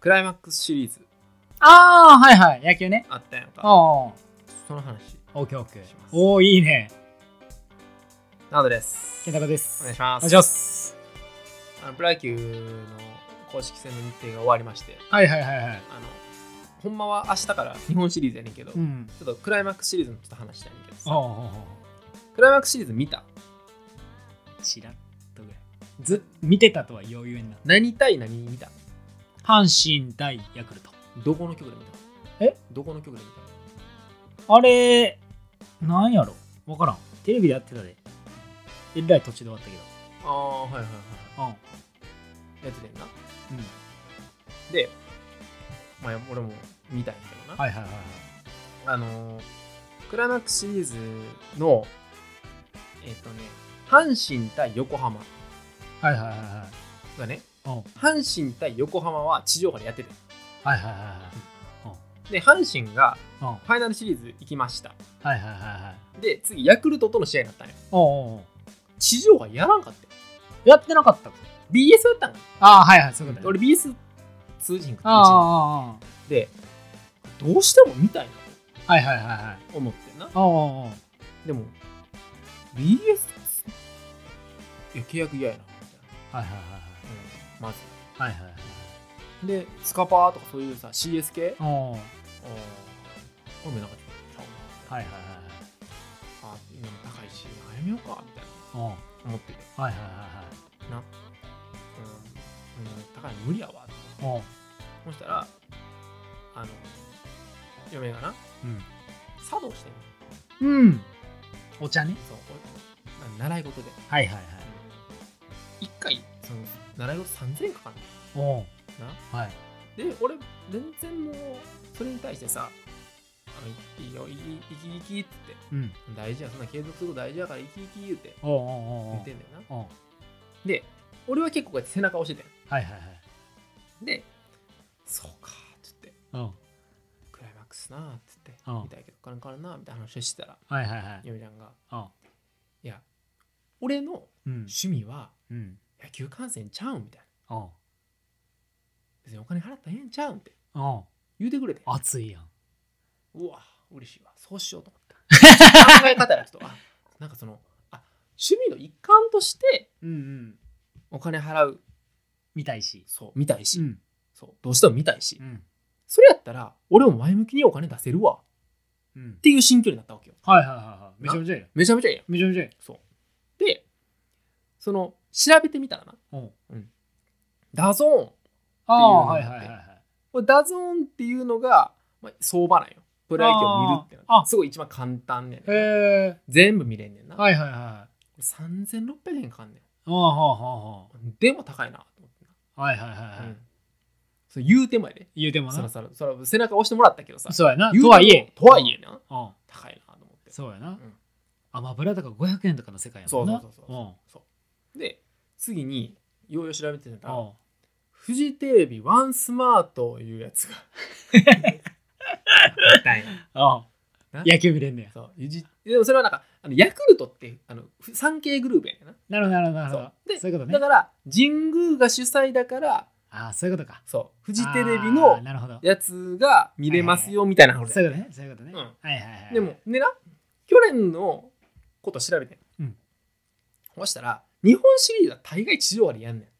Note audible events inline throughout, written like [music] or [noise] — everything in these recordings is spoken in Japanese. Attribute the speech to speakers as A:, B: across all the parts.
A: クライマックスシリーズ
B: ああ、はいはい。野球ね。
A: あったやんか
B: ああ。
A: その話
B: オッケーオッケー
A: します。
B: おお、いいね。
A: などです
B: 健太郎で
A: お
B: す。
A: 願いしま
B: お
A: す
B: 願いします。
A: あのプロ野球の公式戦の日程が終わりまして
B: はいはいはいはい。
A: あのほんまは明日から日本シリーズやねんけど、
B: う
A: ち
B: ん。
A: ょっとクライマックスシリーズのちょっと話したいねんけど
B: ああ
A: さ
B: ああ
A: クライマックスシリーズ見た
B: あ。ちらっとぐらい。ず見てたとは余裕になる。
A: 何対何見た
B: 阪神対ヤクルト。
A: どこの曲で見た
B: え
A: どこの曲で見
B: あれ、なんやろわからん。テレビでやってたで。えらい途中で終わったけ
A: たああはいはいはい
B: ど。うん。
A: やってたよな
B: うん。
A: で、まあ、俺も見たんやけどな、
B: はいはいはいはい。
A: あのークライマックスシリーズのえっ、とね阪神対横浜
B: はいはいはいはい。
A: がね
B: うん。
A: 阪神対横浜は地上波でやってて
B: はいはいはいはい。
A: で阪神が
B: うん。はい
A: ファイナルシリーズ行きました
B: はいはいはい。
A: で次ヤクルトとの試合になったんよ
B: おうおうおう
A: 地上波やらんかったよ
B: やってなかったっけ
A: BS やったんか
B: ああ、はいはい、そういうことね
A: 俺 BS 通じひんくてうち
B: ああ
A: の
B: ああ、あ
A: でどうしても見たいな
B: あはいはいはいはい。
A: と思ってんな
B: おうおうおう
A: でも BS いや契約嫌やなみたいな
B: はいはいはい
A: うんまず
B: はい。はいはいはい。
A: でスカパーとかそういうさ CS 系
B: おお。はい
A: あこれもなんかちゃう
B: はいはいはい。
A: なあ今も高いしやめようかみたいな
B: おお。はい
A: 思ってて
B: はいはいはい。
A: うん、うん、高いの無理やわって
B: おう。
A: そしたらあの嫁がな
B: うん。
A: 茶道してんの
B: うん。お茶ね。
A: そう俺な習い事で
B: はいはいはい。
A: 一回その習い事3000円かかんね
B: おお。
A: んな
B: はい。
A: で俺全然もうそれに対してさあのいいよいきいきいきって言って
B: うん。
A: 大事やそんな継続すること大事やからいきいき言うて
B: おおお
A: 言っ
B: お
A: てんだよな
B: おお。
A: で俺は結構こうやって背中押してて
B: はいはいはい。
A: でそうかっつって
B: おお。
A: クライマックスなーっつって
B: うん
A: 見たいけど金かななみたいな話をしてたら
B: はいはいはい。
A: ゆみちゃんが
B: おお。
A: いや俺の
B: うん。
A: 趣味は
B: うん。
A: 野球観戦ちゃうんみたいな
B: おお。
A: 別にお金払ったらええんちゃうんって
B: おお。
A: 言うてくれて
B: 熱いやん。
A: うわ嬉しいわそうしようと思った考え方がちょっとあなんかそのあ趣味の一環として
B: うんうん。
A: お金払う
B: 見たいし。
A: そう見たいし、
B: ん。
A: そうどうしても見たいし、
B: うん。
A: それやったら俺も前向きにお金出せるわ
B: うん
A: っ。ていう心境になったわけよ
B: はいはいはいはい。めちゃめちゃいいやん。
A: めちゃめちゃええやん
B: めちゃめちゃいい。
A: そうでその調べてみたらな
B: おお。
A: ダゾーン
B: ああ、はいはいはいはい。
A: これダゾーンっていうのが、まあ、相場なんよプロ野球を見るっての
B: あー
A: はすごい一番簡単ねんな
B: へえ。
A: 全部見れんねんな、
B: はいはいはい。
A: 3600円かかんね
B: ああ、はあ、は
A: んでも高いなと思って
B: あ。はいはいはい
A: な、
B: は
A: う
B: い
A: ん。そう言うてもやで
B: 言うても
A: そら
B: な。
A: そらそら背中押してもらったけどさ
B: そうやな。
A: 言うて
B: と
A: も
B: はいえ。
A: とはいえな
B: うん。
A: 高いなと思って
B: そうや
A: う
B: な
A: ん。
B: アマブラとか500円とかの世界やもんな。
A: そうそうそう
B: う
A: そ
B: ん。
A: で次にようよう調べてたら
B: うん
A: フジテレビワンスマートいうやつ
B: [laughs]
A: があったんや
B: うん
A: な
B: 野球見れんねや。
A: そうゆじでもそれはなんかあのヤクルトってあのふ 3K グループやねんな
B: なるほどなるほどなるほ
A: そう
B: ど。
A: で
B: そういうこと
A: だ
B: ね。
A: から神宮が主催だから
B: ああ、そういうことか。
A: そうフジテレビ
B: あ
A: の
B: ーなるほど。
A: やつが見れますよみたいな話
B: そういうことね。そういうことね。
A: うん
B: はいはいはい。
A: でもねな去年のこと調べて
B: うん
A: そうしたら日本シリーズは大概地上波でやんね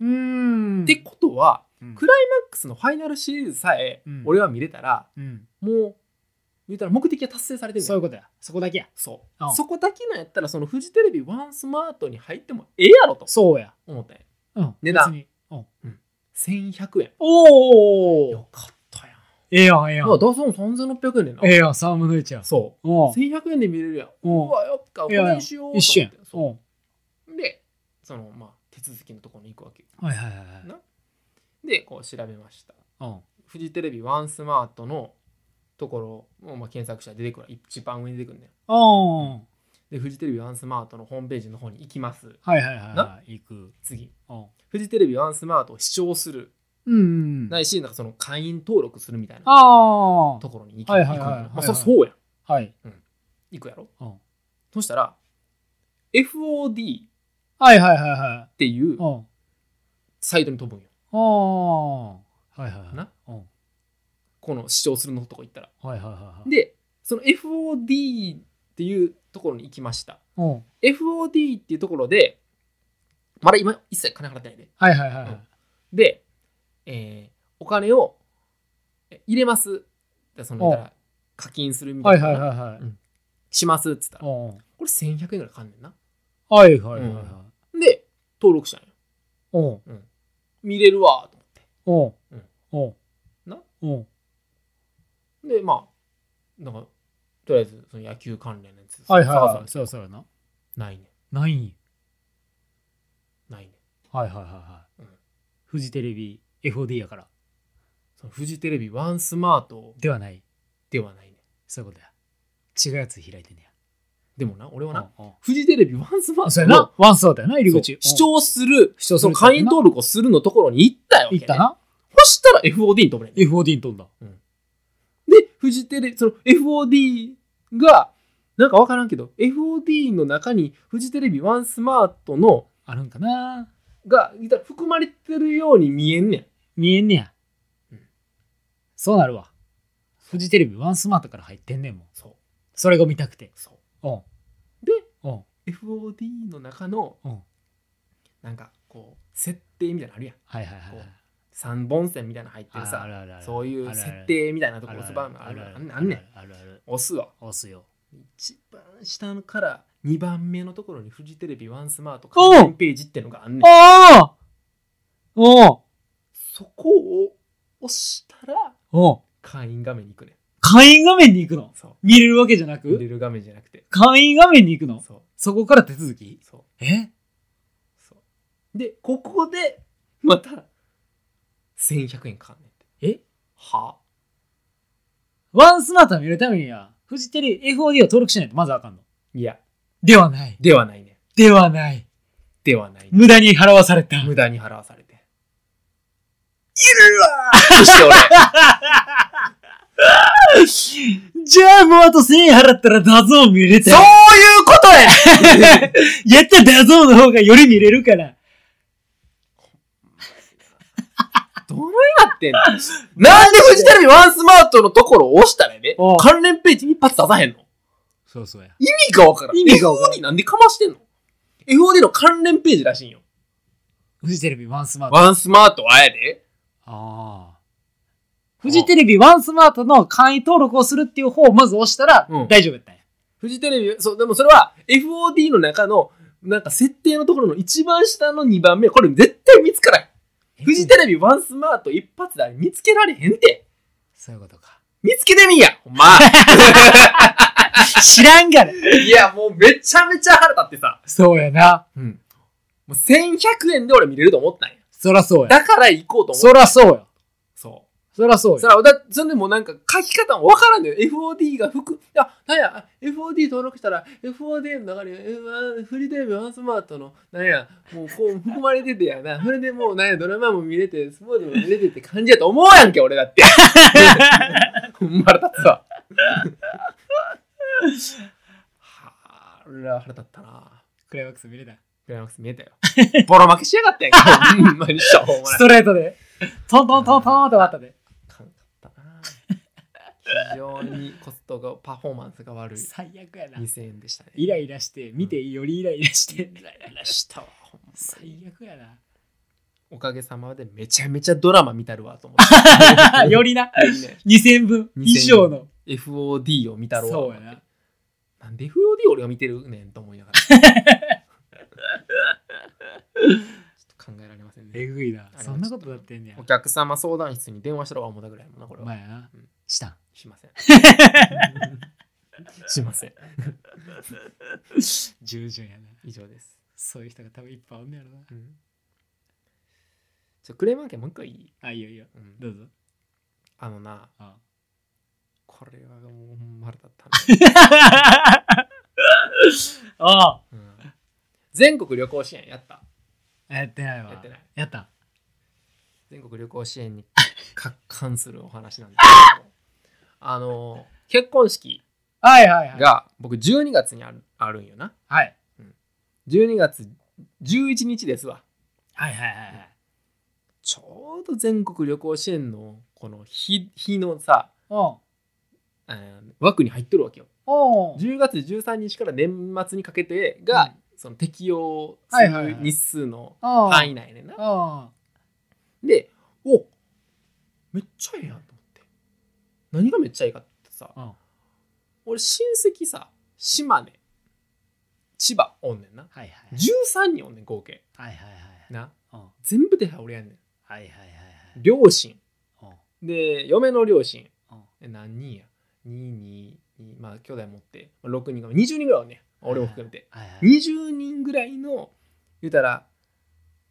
A: ん、
B: うーん。
A: ってことは
B: うん、
A: クライマックスのファイナルシリーズさえ
B: うん
A: 俺は見れたら、
B: うん。
A: もう言うたら目的が達成されてる
B: そういうことや。そこだけや。
A: そう、
B: うん
A: そこだけなんやったらそのフジテレビワンスマートに入ってもええやろと
B: そうや。
A: 思ったんや
B: うん。
A: 値段
B: 別に。うん
A: 1100円
B: おお
A: よかったやん
B: ええやんええやん
A: まあ。ダソン3600円でな
B: ええやん、3分の1や。
A: そ
B: お
A: う1100円で見れるやん
B: お
A: うわよっかこれにしようと思
B: 一
A: って
B: 瞬。おう
A: そうでそのまあ手続きのところに行くわけよ
B: はいはいはいはい。
A: でこう調べました
B: うん
A: フジテレビワンスマートのところをまあ検索したら出てくる一番上に出てくるねん
B: おー
A: でフジテレビワンスマートのホームページの方に行きます
B: はいはいはい
A: な
B: はい。行く。
A: 次
B: うん
A: フジテレビワンスマートを視聴する
B: うん。
A: ないしなんかその会員登録するみたいな
B: あ
A: ところに行き
B: は
A: 行
B: い
A: く
B: は
A: ん
B: い
A: だ
B: はい
A: よまあ
B: はい
A: そ
B: はい
A: そうやん
B: あ。はい。
A: 行くやろ
B: うん
A: そしたら FOD っ
B: はいはいはいはい。
A: ていう
B: うん。
A: サイトに飛ぶんよ
B: ああ。ははいはいはい
A: な
B: うん
A: この主張するのとこ行ったら
B: はいはいはいはい
A: でその FOD っていうところに行きました
B: うん
A: FOD っていうところでまだ今一切金払ってないで
B: はいはいはいはい
A: で、えーお金をえ入れますでその
B: お
A: だから課金するみた
B: はい
A: いな、
B: はいはいはい
A: うんしますっつったらこ
B: うんうん
A: れ1100円ぐらいかんねんな
B: はいはいはいはい
A: で登録したんよ
B: うん
A: 見れるわと思って
B: うん
A: うん
B: うん
A: な
B: うん
A: でまあなんかとりあえずその野球関連のやつ
B: はいはい
A: 探す
B: は
A: わ
B: いそうやそうやな
A: ないね
B: ないんや
A: んないねん
B: はいはいはいはい
A: うん
B: フジテレビ FOD やから
A: そのフジテレビワンスマート
B: ではない
A: ではないねん
B: そういうことや違うやつ開いてんね
A: でもな俺は
B: や
A: な、
B: うんうん
A: フジテレビワンスマー
B: そう
A: ト
B: やなワンスワートやな入り
A: そう
B: 口
A: 視聴する
B: 視聴する
A: その会員登録をするのところに行ったよ
B: うん行ったな
A: そしたら FOD に飛ぶねん
B: FOD に飛んだ
A: で、フジテレビ、その FOD が、なんかわからんけど、FOD の中にフジテレビワンスマートの、
B: あるんかな
A: が、いたら含まれてるように見えんねん。
B: 見えんねや
A: うん
B: そうなるわフジテレビワンスマートから入ってんねんもん
A: そう、
B: それが見たくて
A: そ
B: うん
A: で
B: うん
A: う。FOD の中の、
B: うん
A: なんか、こう、設定みたいなのあるやん。
B: はいはいはい
A: こ
B: は
A: う
B: い
A: 三本線みたいなの入ってる
B: あ
A: さ、
B: るあるある
A: そういう
B: あるある
A: 設定みたいなところ、
B: あ
A: 押す
B: る
A: 場面あ
B: あ
A: る
B: る
A: やん
B: あ
A: あんね
B: る
A: んあんねん。
B: あるある
A: 押すわ。
B: 押すよ
A: 一番下から2番目のところにフジテレビワンスマート
B: おう
A: 関連ページってのがあんねん。
B: ああお
A: そこを押したら、
B: おお
A: 会員画面に行くね
B: 会員画面に行くの
A: そ
B: 見れるわけじゃな
A: う入れ
B: く
A: る画面じゃなくて
B: 会員画面に行くの
A: そう
B: そこから手続き
A: そう
B: え
A: そうでここでまた1100円かかんねんて
B: え
A: は
B: ワンスマートを見るためにはフジテレビ FOD を登録しないとまずあかんの
A: いや
B: ではない
A: ではないね
B: ではない
A: ではない、
B: 無駄に払わされた
A: 無駄に払わされて
B: そして [laughs] 俺。じゃあもうあと1000円払ったらダゾーン見れたよ。
A: いうことや
B: やったダゾーンの方がより見れるから。
A: [laughs] どうなってんのなんでフジテレビワンスマートのところを押したらね
B: おう
A: 関連ページ一発出さへんの
B: そうそうや。
A: 意味がわからん
B: 意味がわからん
A: FOD なんでかましてんの FOD の関連ページらしいんよ
B: フジテレビワンスマート。
A: ワンスマートはやで
B: ああ。フジテレビワンスマートの会員登録をするっていう方をまず押したら
A: うん
B: 大丈夫やったんや。
A: フジテレビ、そう、でもそれは FOD の中の、なんか設定のところの一番下の2番目、これ絶対見つからない。フジテレビワンスマート一発であれ見つけられへんて。
B: そういうことか。
A: 見つけてみいや、ほん [laughs] ま。
B: 知らんから。
A: いや、もうめちゃめちゃ腹立ってさ。
B: そうやな。
A: うん。もう1100円で俺見れると思ったんや。
B: そらそうや。
A: だから行こうと思っ
B: そらそうや。
A: そう。
B: そらそう
A: そ
B: や。
A: れはだそれでもなんか書き方もわからんのよ。FOD が含あ、なんや、あ FOD 登録したら FOD の中にえーフリーテレビワンスマートの、なんや、もうこう含まれててやな。それでもうなんや、ドラマも見れて、スポーツも見れてって感じやと思うやんけ、俺だって。 [laughs] ほんま腹立つわ。はあ、俺らは腹立ったな。
B: クライマックス見れた。
A: クライマックス見えたよ。ボロ負けしやがったやんけ。ほんまにしょうもない
B: ストレートで。トントントントンって終わったで。
A: かんかったな非常にコストがパフォーマンスが悪い
B: 最悪やな。
A: 2000円でしたね
B: イライラして見てよりイライラして
A: イライラしたわほんま
B: 最悪やな
A: おかげさまでめちゃめちゃドラマ見たるわと思っ [laughs] て
B: [laughs] よりな
A: りね
B: 2000分
A: 2000
B: 以上の
A: FOD を見たろ
B: そう
A: な
B: やな
A: なんで FOD 俺が見てるねんと思いながらちょっと考えられませんね
B: えぐいな
A: あれは
B: そんなことだってんね
A: お
B: や
A: 客様相談室に電話したら思ったぐらいやもんなこれは
B: まあやな
A: うん
B: したん
A: し [laughs] ませんしません
B: 従順やな
A: 以上です、
B: そういう人が多分いっぱいおんねやろな
A: うん、ちょクレーム案件もう一個いい
B: あいいよいいよ
A: うん
B: どうぞ
A: あのな、
B: あ
A: これはもうほんま腹立ったな、 [laughs]
B: あ
A: うん全国旅行支援やった。
B: やってないわ
A: やってない
B: やった
A: 全国旅行支援にか関するお話なんです [laughs] けど、あの、結婚式
B: はいはいはい
A: が僕12月にあるあるんよな。
B: はい
A: 12月11日ですわ。
B: はいはいはいはい
A: ちちょうど全国旅行支援のこの日日のさ、
B: あ
A: あー枠に入っとるわけよ。
B: ああ
A: 10月13日から年末にかけてが、その適用す
B: はいはいはい
A: る日数の
B: あ
A: 範囲内やねんな。
B: あ
A: で、おめっちゃええやんと思って。何がめっちゃええかってさ、
B: うん
A: 俺親戚さ、島根、千葉おんねんな。
B: はいはい
A: 13人おんねん、合計。
B: はいはいはい
A: な。
B: うんは
A: 全部手配俺やんね
B: いはいはいはい
A: ん。両親。
B: うんうん
A: で、嫁の両親。
B: うん
A: え何人や ?2、2、2まあ、兄弟持って、まあ6人が、20人ぐらいおんねん。俺も含めて。
B: はいはい
A: 20人ぐらいの言うたら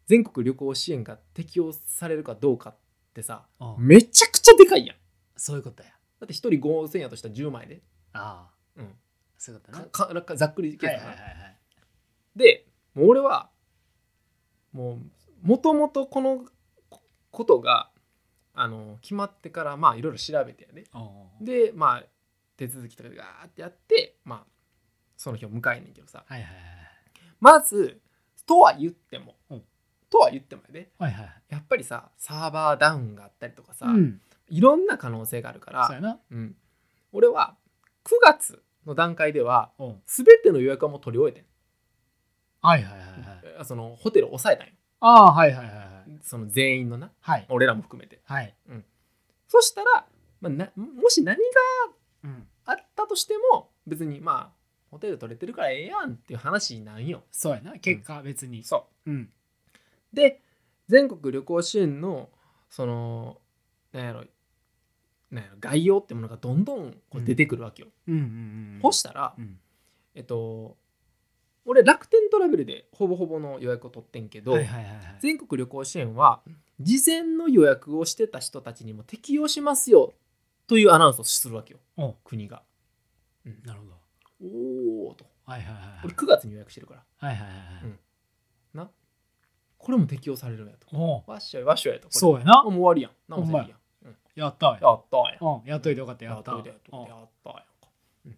A: 全国旅行支援が適用されるかどうかってさ
B: うん
A: めちゃくちゃでかいやん
B: そういうことや
A: だって1人5000円やとしたら10万円で
B: ああ
A: うん
B: そういうこと
A: か
B: ね
A: かなんかざっくり計
B: は
A: 算な
B: いはいはいはい
A: でもう俺はもうもともとこのこことがあの決まってからまあいろいろ調べてやで
B: うんうん
A: でまあ手続きとかでガーってやってまあその日を迎えんねんけどさ
B: はいはい
A: まずとは言っても、
B: うん
A: とは言ってもやで
B: はいはいはいはい
A: やっぱりさサーバーダウンがあったりとかさ、
B: うん
A: いろんな可能性があるか
B: そ
A: ら、
B: うやな
A: うん、俺は9月の段階では
B: うん
A: 全ての予約はもう取り終え
B: はいはいはい
A: てん、
B: はい
A: そのホテル抑えたんよ
B: ああはいはいはいはい
A: その全員のな
B: はい
A: 俺らも含めて
B: はい
A: そしたら、まあ、なもし何が
B: うん
A: あったとしても別にまあホテル取れてるからええやんっていう話なんよ
B: そうやな結果別に
A: そ
B: うん
A: うで全国旅行支援のそのなんやろなんやろ概要ってものがどんどんこう出てくるわけよ、
B: うんうんうん
A: ほしたら、
B: うん
A: えっと、俺楽天トラベルでほぼほぼの予約を取ってんけど、
B: はいはいはいはい
A: 全国旅行支援は事前の予約をしてた人たちにも適用しますよというアナウンスをするわけよ
B: お
A: 国が。うん
B: なるほど
A: おおと
B: はいはいはい
A: 俺9月に予約してるから
B: はいはいはいはい
A: これも適用されるんやと。
B: お
A: わっしょいわっしょいと。これ
B: そうやな
A: もう終わりやん。なもせんやん。
B: やったわよ
A: やったんや。
B: うんやっといてよかったや
A: やっ
B: った
A: ん
B: た
A: や。やったんやうん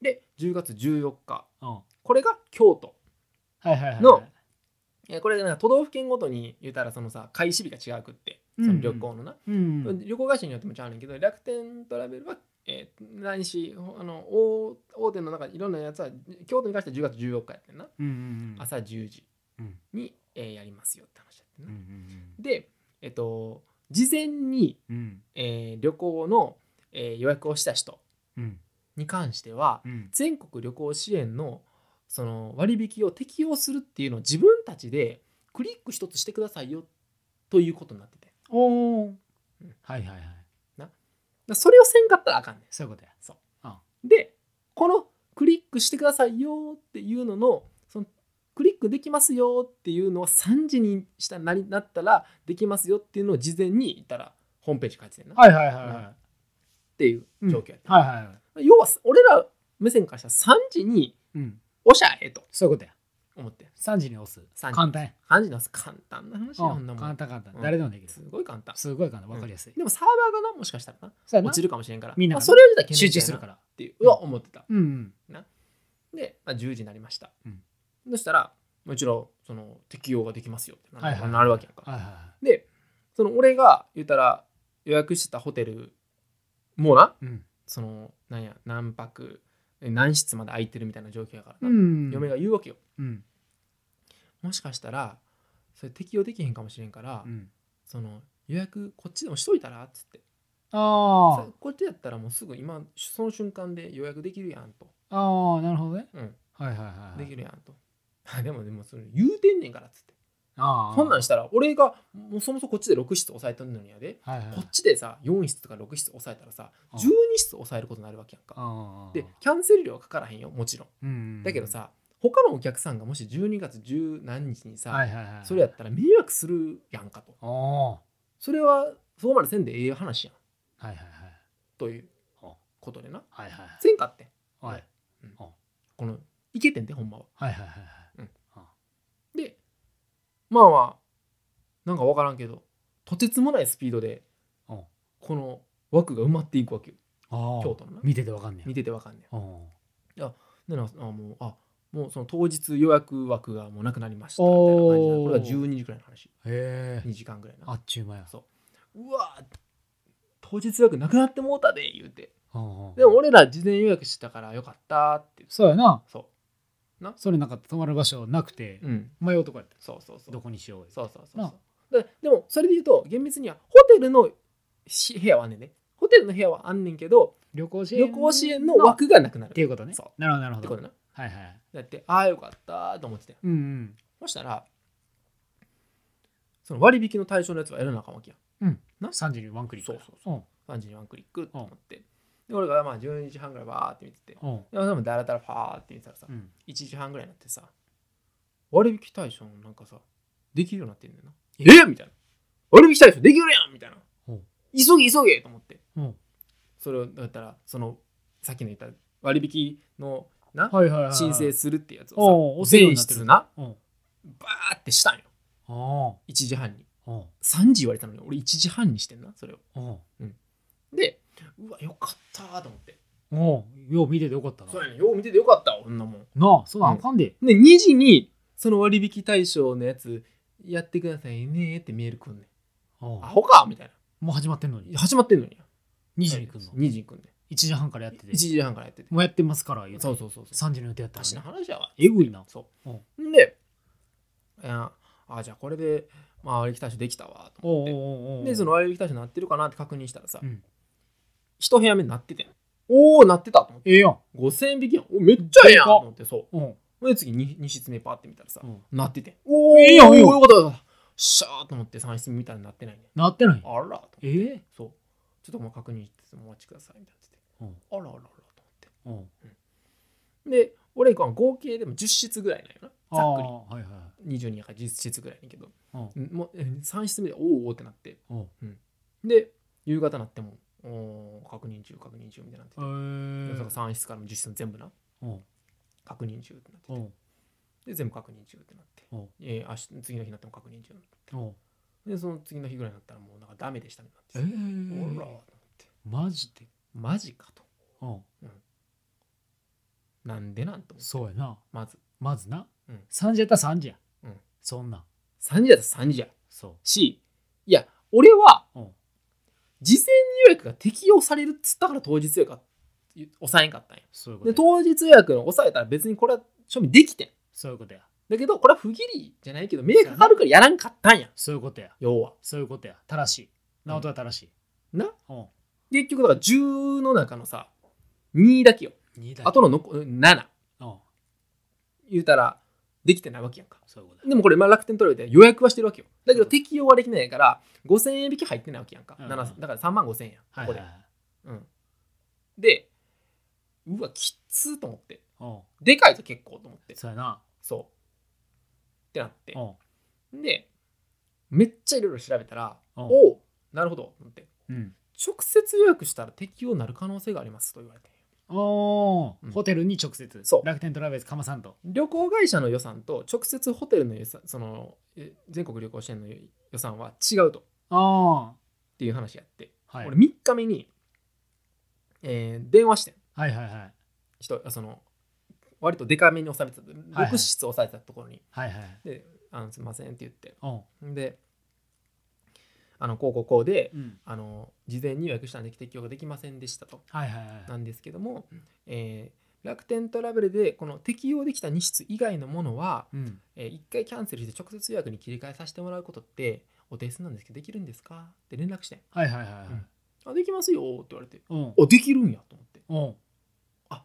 A: で10月14日
B: うんうん
A: これが京都。
B: はいはいはい
A: のえーこれなんか都道府県ごとに言うたらそのさ開始日が違うくってその旅行のな、
B: うんうん
A: 旅行会社によってもちゃうねんけど楽天トラベルは、えー、ないしあの大大手の中いろんなやつは京都に関しては10月14日やってんな、
B: うん
A: 朝10時
B: うん
A: に、えーやりますよって話やってん
B: うんう
A: な、
B: ん
A: でえっ、と事前に、
B: うん
A: えー旅行の、えー予約をした人
B: うん
A: に関しては
B: うん
A: 全国旅行支援のその割引を適用するっていうのを自分たちでクリック一つしてくださいよということになっててだか
B: おお
A: うん
B: はいはいはい
A: らそれをせんかったらあかんね
B: そういうことや
A: んでこのクリックしてくださいよっていうののそのクリックできますよっていうのを3時にしたなりなったらできますよっていうのを事前に言ったらホームページ書いてたよなっ
B: はいはいはいはい
A: ていう状況やった、
B: はいはいはい
A: 要は俺ら目線からしたら3時に
B: うん
A: おしゃえと
B: そういうことや
A: 思って
B: 3時に押す
A: 3時
B: 簡単や
A: 3時の簡単な話よ、
B: う
A: こ
B: ん
A: んなもん
B: 簡単簡単
A: うん
B: 誰でもできる
A: すごい簡単。
B: すごい簡単わかりやすい
A: でもサーバーがな、もしかしたらな、
B: そうやな
A: 落ちるかもしれんから、
B: みんなが
A: あそれは自体
B: 集中するから
A: っ
B: ら
A: ていうは思ってた。
B: うんうん
A: で、まあ、10時になりました。
B: うん
A: そしたら、もちろんその適用ができますよってな,、
B: はいはいはい
A: なるわけやんか。
B: はいはいは
A: で、その俺が言ったら予約してたホテルもうな、
B: いうん
A: そのなんや、何泊、何室まで空いてるみたいな状況やから
B: う
A: な、
B: ん
A: 嫁が言うわけよ。
B: うん
A: もしかしたら、それ適用できへんかもしれんから、
B: うん
A: その予約こっちでもしといたらっつって。
B: あ
A: さこっちやったらもうすぐ今その瞬間で予約できるやんと、
B: あああなるほどね
A: うん、
B: はいはいはいはい
A: できるやんと [laughs] あでもでもそれ言うてんねんからっつって
B: ああ
A: そんなんしたら俺がもうそもそもこっちで6室押さえとんのにやで
B: はいはい
A: こっちでさ4室とか6室押さえたらさ
B: あ
A: 12室押さえることになるわけやんか
B: ああ
A: でキャンセル料はかからへんよもちろん
B: うんうん
A: だけどさ他のお客さんがもし12月十何日にさ、
B: はいはいはい
A: それやったら迷惑するやんかと
B: ああは
A: それはそこまでせんでええ話やん
B: いはいはい
A: という
B: あ
A: ことでな
B: はいはいはい
A: せんかってん
B: はい
A: このいけてんてほんまは
B: はいはいはい
A: でまあまあなんか分からんけどとてつもないスピードで
B: うん
A: この枠が埋まっていくわけよ
B: ああ
A: 京都のな
B: 見ててわかんね
A: 見てて分かんね
B: やうん
A: んでなあもうあもうその当日予約枠がもうなくなりましたみたいな感じな
B: おー
A: これは12時くらいの話
B: へえ
A: 2時間ぐらい
B: あ
A: な
B: っちゅう間や
A: うわ当日予約なくなってもうたで言うて
B: うんうん
A: でも俺ら事前予約してたからよかったっていう
B: そうやな
A: そ
B: それなかった泊まる場所なくて
A: ううん
B: 迷うとこやった
A: そうそうそう
B: どこにしようよ
A: そうそうそう
B: な
A: そうででもそれで言うと厳密にはホテルのし部屋はあんねんねホテルの部屋はあんねんけど
B: 旅行支援
A: 旅行支援の枠がなくなるっ
B: っていうことね
A: そ
B: なるほどなるほ
A: て
B: ど
A: ことな
B: はいはい
A: だってああよかったと思ってて
B: うんうん
A: そしたらその割引の対象のやつはやらなあかんわけや
B: 3時にワンクリック
A: そうそう3時にワンクリックと思ってで俺がまあ12時半ぐらいバーって見てて
B: うんうん
A: でもだらだらファーって見てたらさ
B: うん
A: 1時半ぐらいになってさ割引対象のなんかさできるようになってんだよなえみたいな割引対象できるやんみたいな
B: うん
A: 急げ急げと思って
B: うん
A: それをだったらそのさっきの言った割引のな
B: はいはいはいはい
A: 申請するってやつ
B: おう
A: を
B: 押
A: さ
B: せるよう
A: 全
B: になってる
A: 室な
B: うん
A: バーってしたんよ
B: あ
A: 1時半に
B: あうん
A: 3時言われたのに俺1時半にしてんなそれを
B: うん
A: でうわよかったーと思って
B: うんよう見ててよかったな
A: そうやねんよう見ててよかったわこんなもん
B: なあそんなんあかんで
A: で2時にその割引対象のやつやってくださいねーってメールくんねん
B: うん
A: アホかみたい
B: もう始まってんのに
A: な始まってんのに
B: 2時に来んの
A: 2時に来んねん
B: 1時半からやってて
A: 1時半からやってて
B: もうやってますから言うて
A: そうそうそうそう
B: 3時の予定やっ
A: マ
B: たら
A: ジな話やわ
B: えぐいな
A: そう。んで、いやあじゃあこれで、まあ、割引対象できたわと
B: お
A: 思って。
B: うおうおうおう
A: で、その割引対象なってるかなって確認したらさ、
B: うん
A: 一部屋目なってておお、なってたと思って。
B: ええやん
A: 5000円引きやん。おめっちゃええやん
B: でかっ
A: と思って、そ
B: うん
A: う。で、次 2, 二室目パーって見たらさ、
B: うん
A: なってて。
B: お
A: え
B: ええやんええやん
A: よかったよかった。シャーと思って3室目見たらなってないね。
B: なってない
A: あらと思って
B: ええ
A: そう。ちょっともう確認して、お待ちくださいみたいなって
B: うん
A: あらあらあらと思って。
B: うん
A: で、俺、合計でも10室ぐらいなんよな。ざっくり。
B: ああはいはいはい
A: 22やから実質ぐらいだけど、
B: う
A: もう3室目でおうおうってなって
B: うん
A: で夕方なってもおー確認中確認中みたいになってて、
B: え
A: その3室からも実質全部な
B: うん
A: 確認中ってなって
B: う
A: て
B: ん
A: で全部確認中ってなって、
B: うん
A: えー明日次の日になっても確認中になって
B: うん
A: でその次の日ぐらいになったらもうなんかダメでしたみたい
B: え
A: になって
B: え
A: ほらと思って
B: マジで
A: マジかと
B: うん
A: なんでなんと思って
B: そうやな
A: まず
B: まずな
A: うん
B: 3時やったら3時や
A: うん
B: そんなん
A: 3時だったら3時や
B: そ
A: しいや俺は
B: ううん
A: 事前予約が適用されるっつったから当日予約が抑えんかったんや
B: そういうこ
A: で
B: と
A: 当
B: や
A: 日予約の抑えたら別にこれは賞味できてん
B: そういうことや
A: だけどこれは不義理じゃないけど目かかるからやらんかったんや
B: そういうことや
A: 要は
B: そういうことや正しい直人は正しい
A: な
B: うん
A: 結局だから10の中のさ2だけよ
B: 二台
A: あとの残7
B: うん
A: 言うたらできてないわけやんか
B: そういうことや
A: でもこれまあ楽天取れで予約はしてるわけよだけ
B: う
A: ど
B: ん
A: 適用はできないから5000円引き入ってないわけやんか、
B: うん
A: 七だから3万5000円や
B: はい
A: こ
B: は
A: れ
B: いはい
A: うんでうわきっつーと思って
B: うん
A: でかいと結構と思って
B: そうやな
A: そうってなって
B: うん
A: でめっちゃいろいろ調べたら、
B: うん
A: おうなるほどと思って
B: うん
A: 直接予約したら適用になる可能性がありますと言われて
B: おー
A: うん
B: ホテルに直接
A: そう
B: 楽天トラベルかまさんと
A: 旅行会社の予算と直接ホテルの予算そのえ全国旅行支援の予算は違うとっ
B: あ
A: ていう話やって、
B: あ、はい、
A: 俺3日目に、えー電話してん
B: はいはいはい
A: 人その割とデカめに収めてた
B: はいはい
A: 6室押さえてたところに
B: はいはい
A: 「であのすいません」って言って
B: おう
A: であのこうこうこうで
B: うん
A: あの事前に予約したんで適用ができませんでしたと
B: はいはいはい
A: なんですけども、えー楽天トラベルでこの適用できた2室以外のものは、
B: うん
A: え1回キャンセルして直接予約に切り替えさせてもらうことってお手数なんですけどできるんですかって連絡して
B: はいはいはいはい
A: あできますよって言われて
B: うん
A: あできるんやと思って
B: うん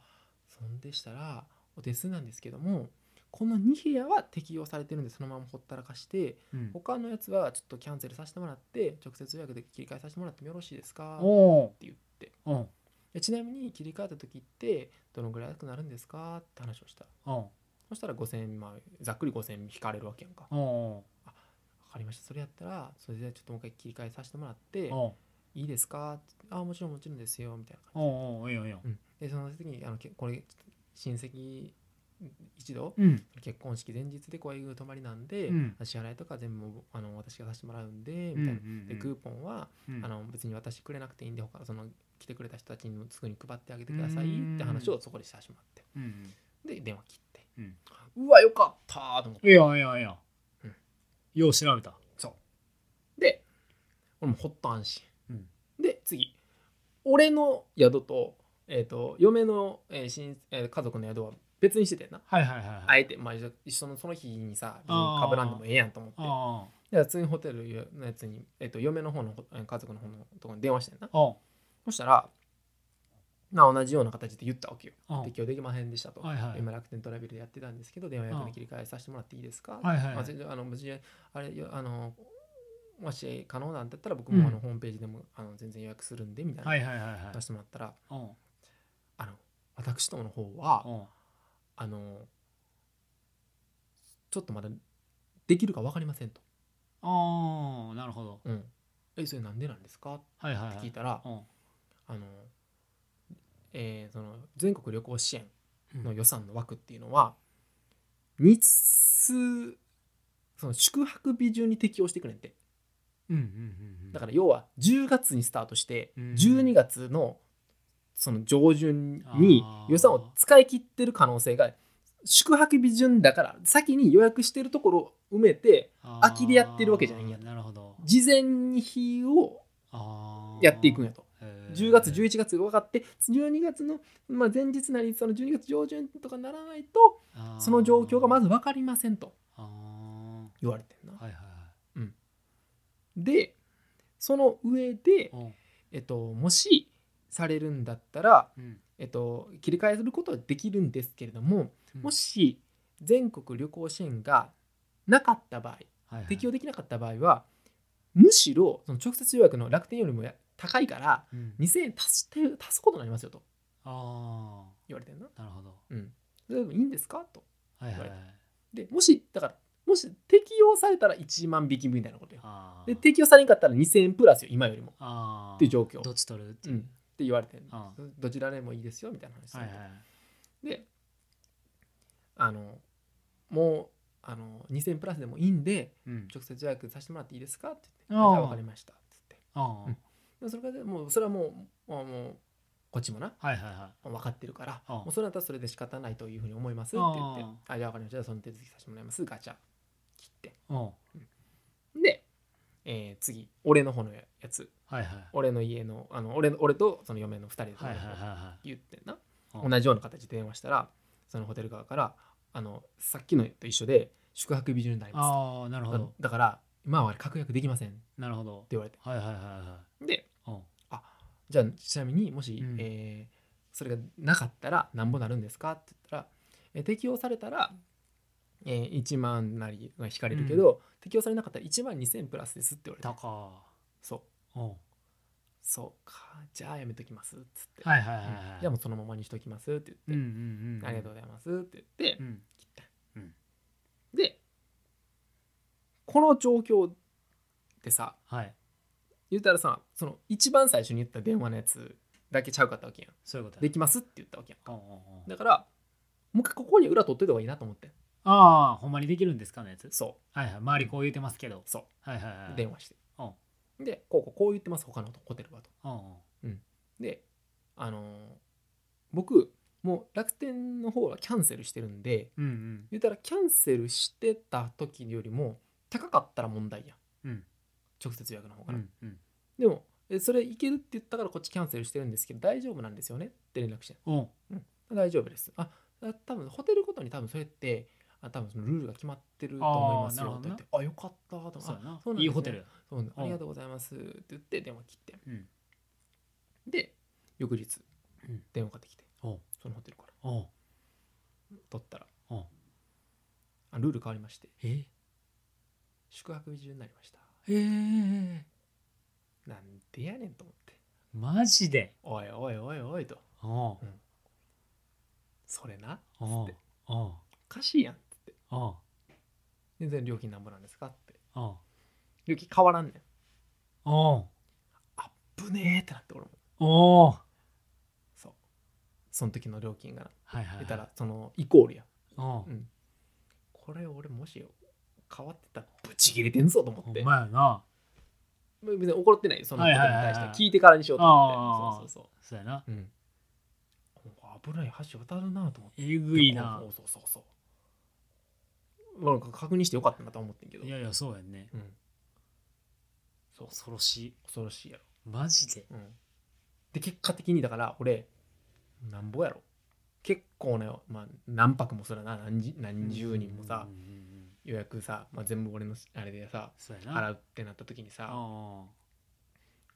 A: そんでしたらお手数なんですけどもこの2部屋は適用されてるんでそのままほったらかして
B: うん
A: 他のやつはちょっとキャンセルさせてもらって直接予約で切り替えさせてもらってもよろしいですかって
B: おう
A: 言って
B: うん
A: えちなみに切り替えた時ってどのぐらい安くなるんですかって話をした
B: うん
A: そしたら5000円、まあ、ざっくり5000円引かれるわけやんか
B: うんうん
A: 分かりましたそれやったらそれでちょっともう一回切り替えさせてもらって
B: うん
A: いいですかってあもちろんもちろんですよみたいな感
B: うんうんいいよいいよ
A: じ、うん、でその時にあのけこれ親戚一同
B: うん
A: 結婚式前日でこういう泊まりなんで、
B: うん
A: 支払いとか全部あの私がさせてもらうんでみ
B: う
A: たい
B: ん
A: な、
B: うん
A: でクーポンは、
B: うん
A: あの別に渡してくれなくていいんで他のその来てくれた人たちにもすぐに配ってあげてくださいって話をそこでしてしまって
B: うん
A: で電話切って
B: うん
A: うわよかったと思って
B: いやいやいや
A: うん。
B: よう調べた。
A: で俺もほっと安心、
B: うん
A: で次俺の宿と,、えー、と嫁の、えー親えー家族の宿は別にしててんな
B: はいはいはいは
A: あ
B: い。
A: えて、まあ、一緒のその日にさかぶらんでもええやんと思って
B: あ
A: で普通にホテルのやつに、えっと嫁の方のえ家族の方のところに電話してんな
B: あ。あ
A: そしたらな同じような形で言ったわけよ
B: あ。
A: で今日できまへんでしたと、
B: はいはい
A: 今楽天トラベルでやってたんですけど電話役に切り替えさせてもらっていいですか、
B: はいはい
A: ま
B: は
A: あ、
B: い。
A: 全然あの無事あれよあのもし可能なんだったら僕
B: うん
A: もあのホームページでも、あの全然予約するんでみたいな、
B: はいはいはいはい。
A: 出してもらったら
B: うん。
A: あの私どもの方は、
B: うん。
A: あのちょっとまだできるか分かりませんと、
B: ああ、なるほど。
A: うん、えそれなんでなんですかっ
B: はいはい
A: て
B: は
A: 聞い
B: い。
A: たら、
B: うん。
A: あのえーその全国旅行支援
B: うん
A: の予算の枠っていうのは日数その宿泊日順に適用してくれんて
B: うんうんうんうん。
A: だ
B: か
A: から要は10月にスタートして
B: うん
A: 12月のその上旬に
B: あー
A: 予算を使い切ってる可能性が宿泊日順だから先に予約してるところを埋めて
B: ら
A: 空きでやってるわけじゃないんや
B: なるほど。
A: 事前に日を
B: あー
A: やっていくんや。と
B: へー
A: 10月11月分かって12月の、まあ、前日なりその12月上旬とかならないと
B: あー
A: その状況がまず分かりませんと
B: あー
A: 言われてんな。
B: はいはいはい。
A: でその上で、
B: うん
A: えっと、もしされるんだったら、
B: うん。
A: えっと、切り替えすることはできるんですけれどももし全国旅行支援がなかった場合
B: はいはい、
A: 適用できなかった場合はむしろその直接予約の楽天よりもや高いから
B: うん
A: 2000円足して足すことになりますよと
B: あ
A: 言われてんな。
B: あ、なるほど。
A: うん、それでもいいんですかと。
B: はいはいはい。
A: でもしだからもし適用されたら1万引きみたいなことよ。
B: あー
A: で適用されんかったら2000円プラスよ今よりも。
B: あー
A: っていう状況
B: どっち取るって
A: う
B: い
A: ん、っ
B: う。
A: て言われてん
B: あ
A: どちらでもいいですよみたいな話さ
B: はい
A: れ
B: は
A: て、
B: い。
A: であのもうあの2000プラスでもいいんで
B: うん。
A: 直接予約させてもらっていいですかって言って「
B: あ
A: あ
B: あ
A: じゃあ分かりました」って言って
B: ああ、
A: うんでそれからもうそれはもうもうもうこっちもな
B: はいはいはい。
A: 分かってるから
B: ああ
A: もうそれだったらそれで仕方ないというふうに思いますって言って
B: あ
A: 「あじゃあ分かりましたじゃあその手続きさせてもらいますガチャ」切って
B: うん。
A: で、えー次俺の方のやつ
B: はいはい。
A: 俺の家のあの俺の俺とその嫁の2人で
B: はいはいはいは
A: 言ってんな
B: うん
A: 同じような形で電話したらそのホテル側からあのさっきのと一緒で宿泊日順になり
B: い。
A: ま
B: ああ、な
A: す
B: るほ
A: だ
B: ど。
A: だから今は確約できませんって
B: なるほど。
A: 言われて
B: はいはいはいは
A: で
B: い。うん。
A: じゃあちなみにもし、
B: うん
A: えーそれがなかったらなんぼなるんですかって言ったら、えー適用されたら、えー1万なりが引かれるけど、適用されなかったら1万2000プラスですって言われて
B: 高。
A: そう
B: うん。
A: そうかじゃあやめときますっつって、
B: はいはいはい
A: うん
B: はい。
A: じゃあもうそのままにしときますって
B: うん
A: 言
B: う
A: って、
B: んうん。
A: ありがとうございますって言って、
B: うん。
A: でこの状況でさ
B: はい。
A: 言ったらさその一番最初に言った電話のやつだけちゃうかったわけやん
B: そういうことや
A: できますって言ったわけや
B: うんうん
A: ん
B: うん。
A: だからもう一回ここに裏取ってた方がいいなと思って
B: ああ、ほんまにできるんですかのやつ。
A: そ
B: はいはい。周りこう言ってますけど
A: う。そ
B: はいはいは
A: う
B: い。
A: 電話して
B: うん
A: でこうこうこう言ってます他のホテルはと
B: うんうん。
A: であのー僕もう楽天の方はキャンセルしてるんで
B: うんうん。
A: 言ったらキャンセルしてた時よりも高かったら問題やん、
B: うん
A: 直接予約の方
B: う
A: から、
B: んうん。
A: でも、えそれいけるって言ったからこっちキャンセルしてるんですけど、大丈夫なんですよねって連絡して、
B: うん。
A: 大丈夫です。あ、あ多分ホテルごとに多分それって、あ多分そのルールが決まってると思いますよ
B: あー
A: と言って
B: な、
A: あ、よかったと思って
B: そうや
A: あ
B: な
A: そうなんです。ね
B: いいホテル。
A: そうなんだありがとうございますって言って電話切って、
B: うん。
A: で、翌日
B: うん、
A: 電話かかってきて、
B: おう
A: そのホテルから
B: おう
A: 取ったら、
B: おう
A: あルール変わりまして、
B: え
A: 宿泊日中になりました。
B: ええ。
A: なんでやねんと思って、
B: マジで。
A: おいおいおいおいと、
B: おう
A: それな、
B: お
A: つ
B: う
A: って
B: おう
A: おかしいやんっつって、
B: おう
A: 全然料金なんぼなんですかって、
B: おう
A: 料金変わらんねん。
B: おう
A: ぶねーってなって俺も
B: おう
A: そうその時の料金が
B: はいはいはい。
A: 出たらそのイコールや
B: おう
A: うんこれ俺もし変わってたらブチ切れてんぞと思
B: ほ
A: っ
B: ん
A: て
B: まやな。
A: 別に怒ってないよそのことに
B: はいは
A: 対
B: い
A: して
B: はいはい
A: 聞いてからにしようと思
B: あー
A: ってそうそう
B: そうやな。
A: そううん危ない橋渡るなと思って
B: えぐいな
A: そう。そうそうそうなんか確認してよかったなと思ってんけど
B: いやいや、そうやんね。
A: うんそう
B: 恐ろしい。
A: 恐ろしいや
B: マジで。
A: ろ、うん、で結果的にだから俺なんぼやろ結構ね、まあ、何泊もするな何十何十人もさ
B: うんうんうんうん。
A: 予約さ、まあ、全部俺のあれでさ
B: そうやな。
A: 払うってなった時にさ
B: ああ、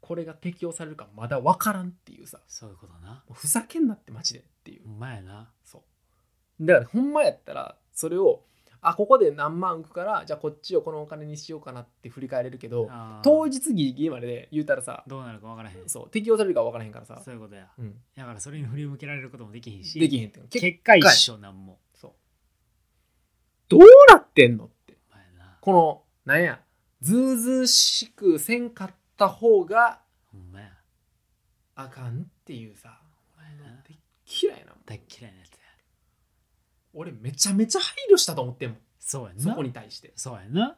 A: これが適用されるかまだ分からんっていうさ
B: そういうことな。
A: もうふざけんなってマジでっていう
B: ほんまやな。
A: そうだからほんまやったらそれをあここで何万浮くからじゃあこっちをこのお金にしようかなって振り返れるけど
B: ああ
A: 当日ギリギリまでで言うたらさ
B: どうなるか分からへん。
A: そう適用されるか分からへんからさ
B: そういうことや。
A: うん、
B: だからそれに振り向けられることもできへんし。
A: できへんっていうけ
B: 結果一緒なんも。
A: そうどうなってんのって
B: ほんまやな。
A: このなんやずうずうしくせんかった方が
B: ほんまや。
A: あかんっていうさ
B: ほんまやな。
A: 嫌いな
B: 大っ嫌いなやつや。
A: 俺めちゃめちゃ配慮したと思ってんもん
B: そうやんな。
A: そこに対して
B: そうやんな。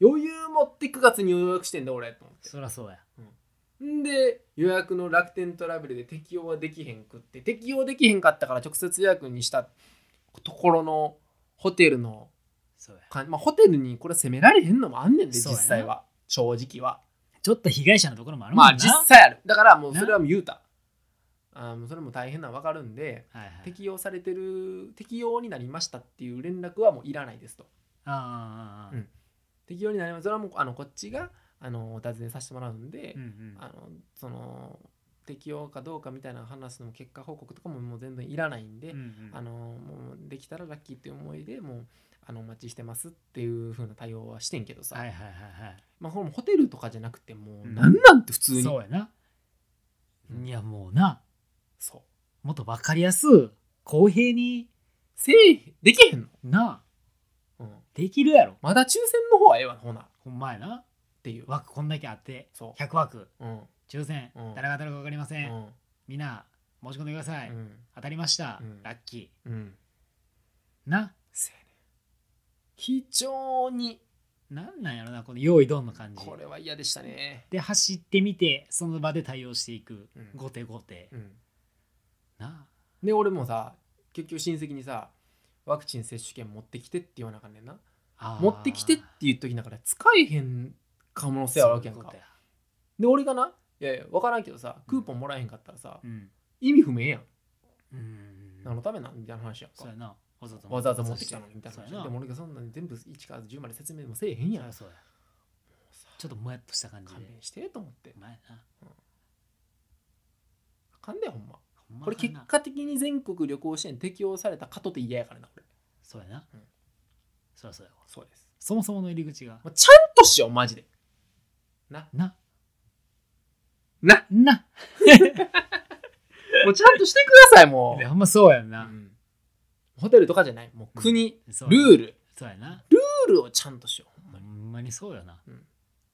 A: 余裕持って9月に予約してんだ俺と思って
B: そらそうや。
A: んで予約の楽天トラベルで適用はできへんくって適用できへんかったから直接予約にしたところのホテルの
B: そうや。
A: 感まあ、ホテルにこれ責められへんのもあんねんで
B: そう
A: 実
B: やな
A: 際は正直は
B: ちょっと被害者のところもあるもん
A: まあ
B: な。
A: 実際あるだからもう
B: な
A: それはもう言うたあーもうそれも大変なの分かるんで
B: はいはい。
A: 適用されてる適用になりましたっていう連絡はもういらないですと
B: ああああああ。
A: うん適用になりますそれはもうあのこっちがあのお尋ねさせてもらうんで、
B: うんうん。
A: あのその適用かどうかみたいな話の結果報告とかももう全然いらないんで、
B: うんうん
A: あのもうできたらラッキーっていう思いでもうあのお待ちしてますっていう風な対応はしてんけどさ、
B: はいはいはいはい。
A: まあ、これもホテルとかじゃなくてもう
B: うん
A: なんなんて普通に、
B: そうやな。いやもうな、
A: そう
B: もっと分かりやすい、公平に
A: せいできへんの、
B: な、
A: うん、
B: できるやろ。
A: まだ抽選の方はええわほなっ
B: ほんまやな。
A: ていう、
B: 枠こんだけあって、
A: そ
B: 100枠、
A: ううん
B: 抽選
A: うん、
B: 誰が当たるか分かりま
A: う
B: せん。
A: ん
B: みんな、申し込んでください。
A: うん
B: 当たりました、
A: うん
B: ラッキ
A: うん
B: ー。な、
A: せやね非常に
B: なんなんやろな、この用意どんの感じ。
A: これは嫌でしたね
B: で、走ってみて、その場で対応していく
A: うん。
B: 後手後手
A: う。ん
B: な、
A: で俺もさ結局親戚にさワクチン接種券持ってきてって言わなあかんねんな
B: あー
A: 持ってきてって言っときながら使えへん可能性あるわけやん
B: そう
A: か
B: いうことや
A: で俺がないやいや分からんけどさクーポンもらえへんかったらさ、
B: うん。
A: 意味不明やん
B: うんうんうん
A: 何のためなんみたいな話やんか
B: そうやな。わざと
A: わざわざ持ってきたのにみたいな
B: そう
A: 話
B: やな
A: でも俺がそんなに全部1から10まで説明もせえへんやん
B: そうやそうやちょっともやっとした感じで
A: 勘弁してと思って
B: お前な
A: あかんだよほんま
B: ほんま
A: これ
B: かん
A: 結
B: な
A: 果的に全国旅行支援適用されたかとて嫌やからな俺
B: そうやな、
A: うん
B: そりゃそうやわ
A: そうです
B: そもそもの入り口が
A: もうちゃんとしようマジで
B: な
A: な
B: な
A: [laughs] もうちゃんとしてくださいもう
B: ほんまそうやん
A: う
B: な、
A: んホテルとかじゃないもう国、
B: そう
A: ル
B: や
A: ール
B: そうやな
A: ルールをちゃんとしようほんま
B: ほ
A: に
B: んまにそうやな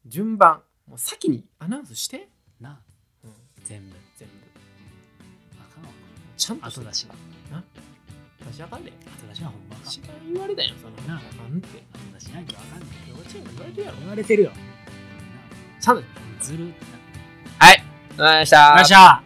A: 順番もう先にアナウンスして、
B: な
A: うん、
B: 全部
A: 全部
B: あかんわ
A: ちゃんとして
B: 後出しは
A: 私あかんで
B: 後出しはほんまあかん
A: 一番言われたやんその
B: な
A: あかんって
B: 後出しないとあかんねん
A: 幼稚園に言われてるやろ
B: 言われてるよ
A: ちゃんと
B: なずるってな
A: はいありがとうございました
B: よっしゃ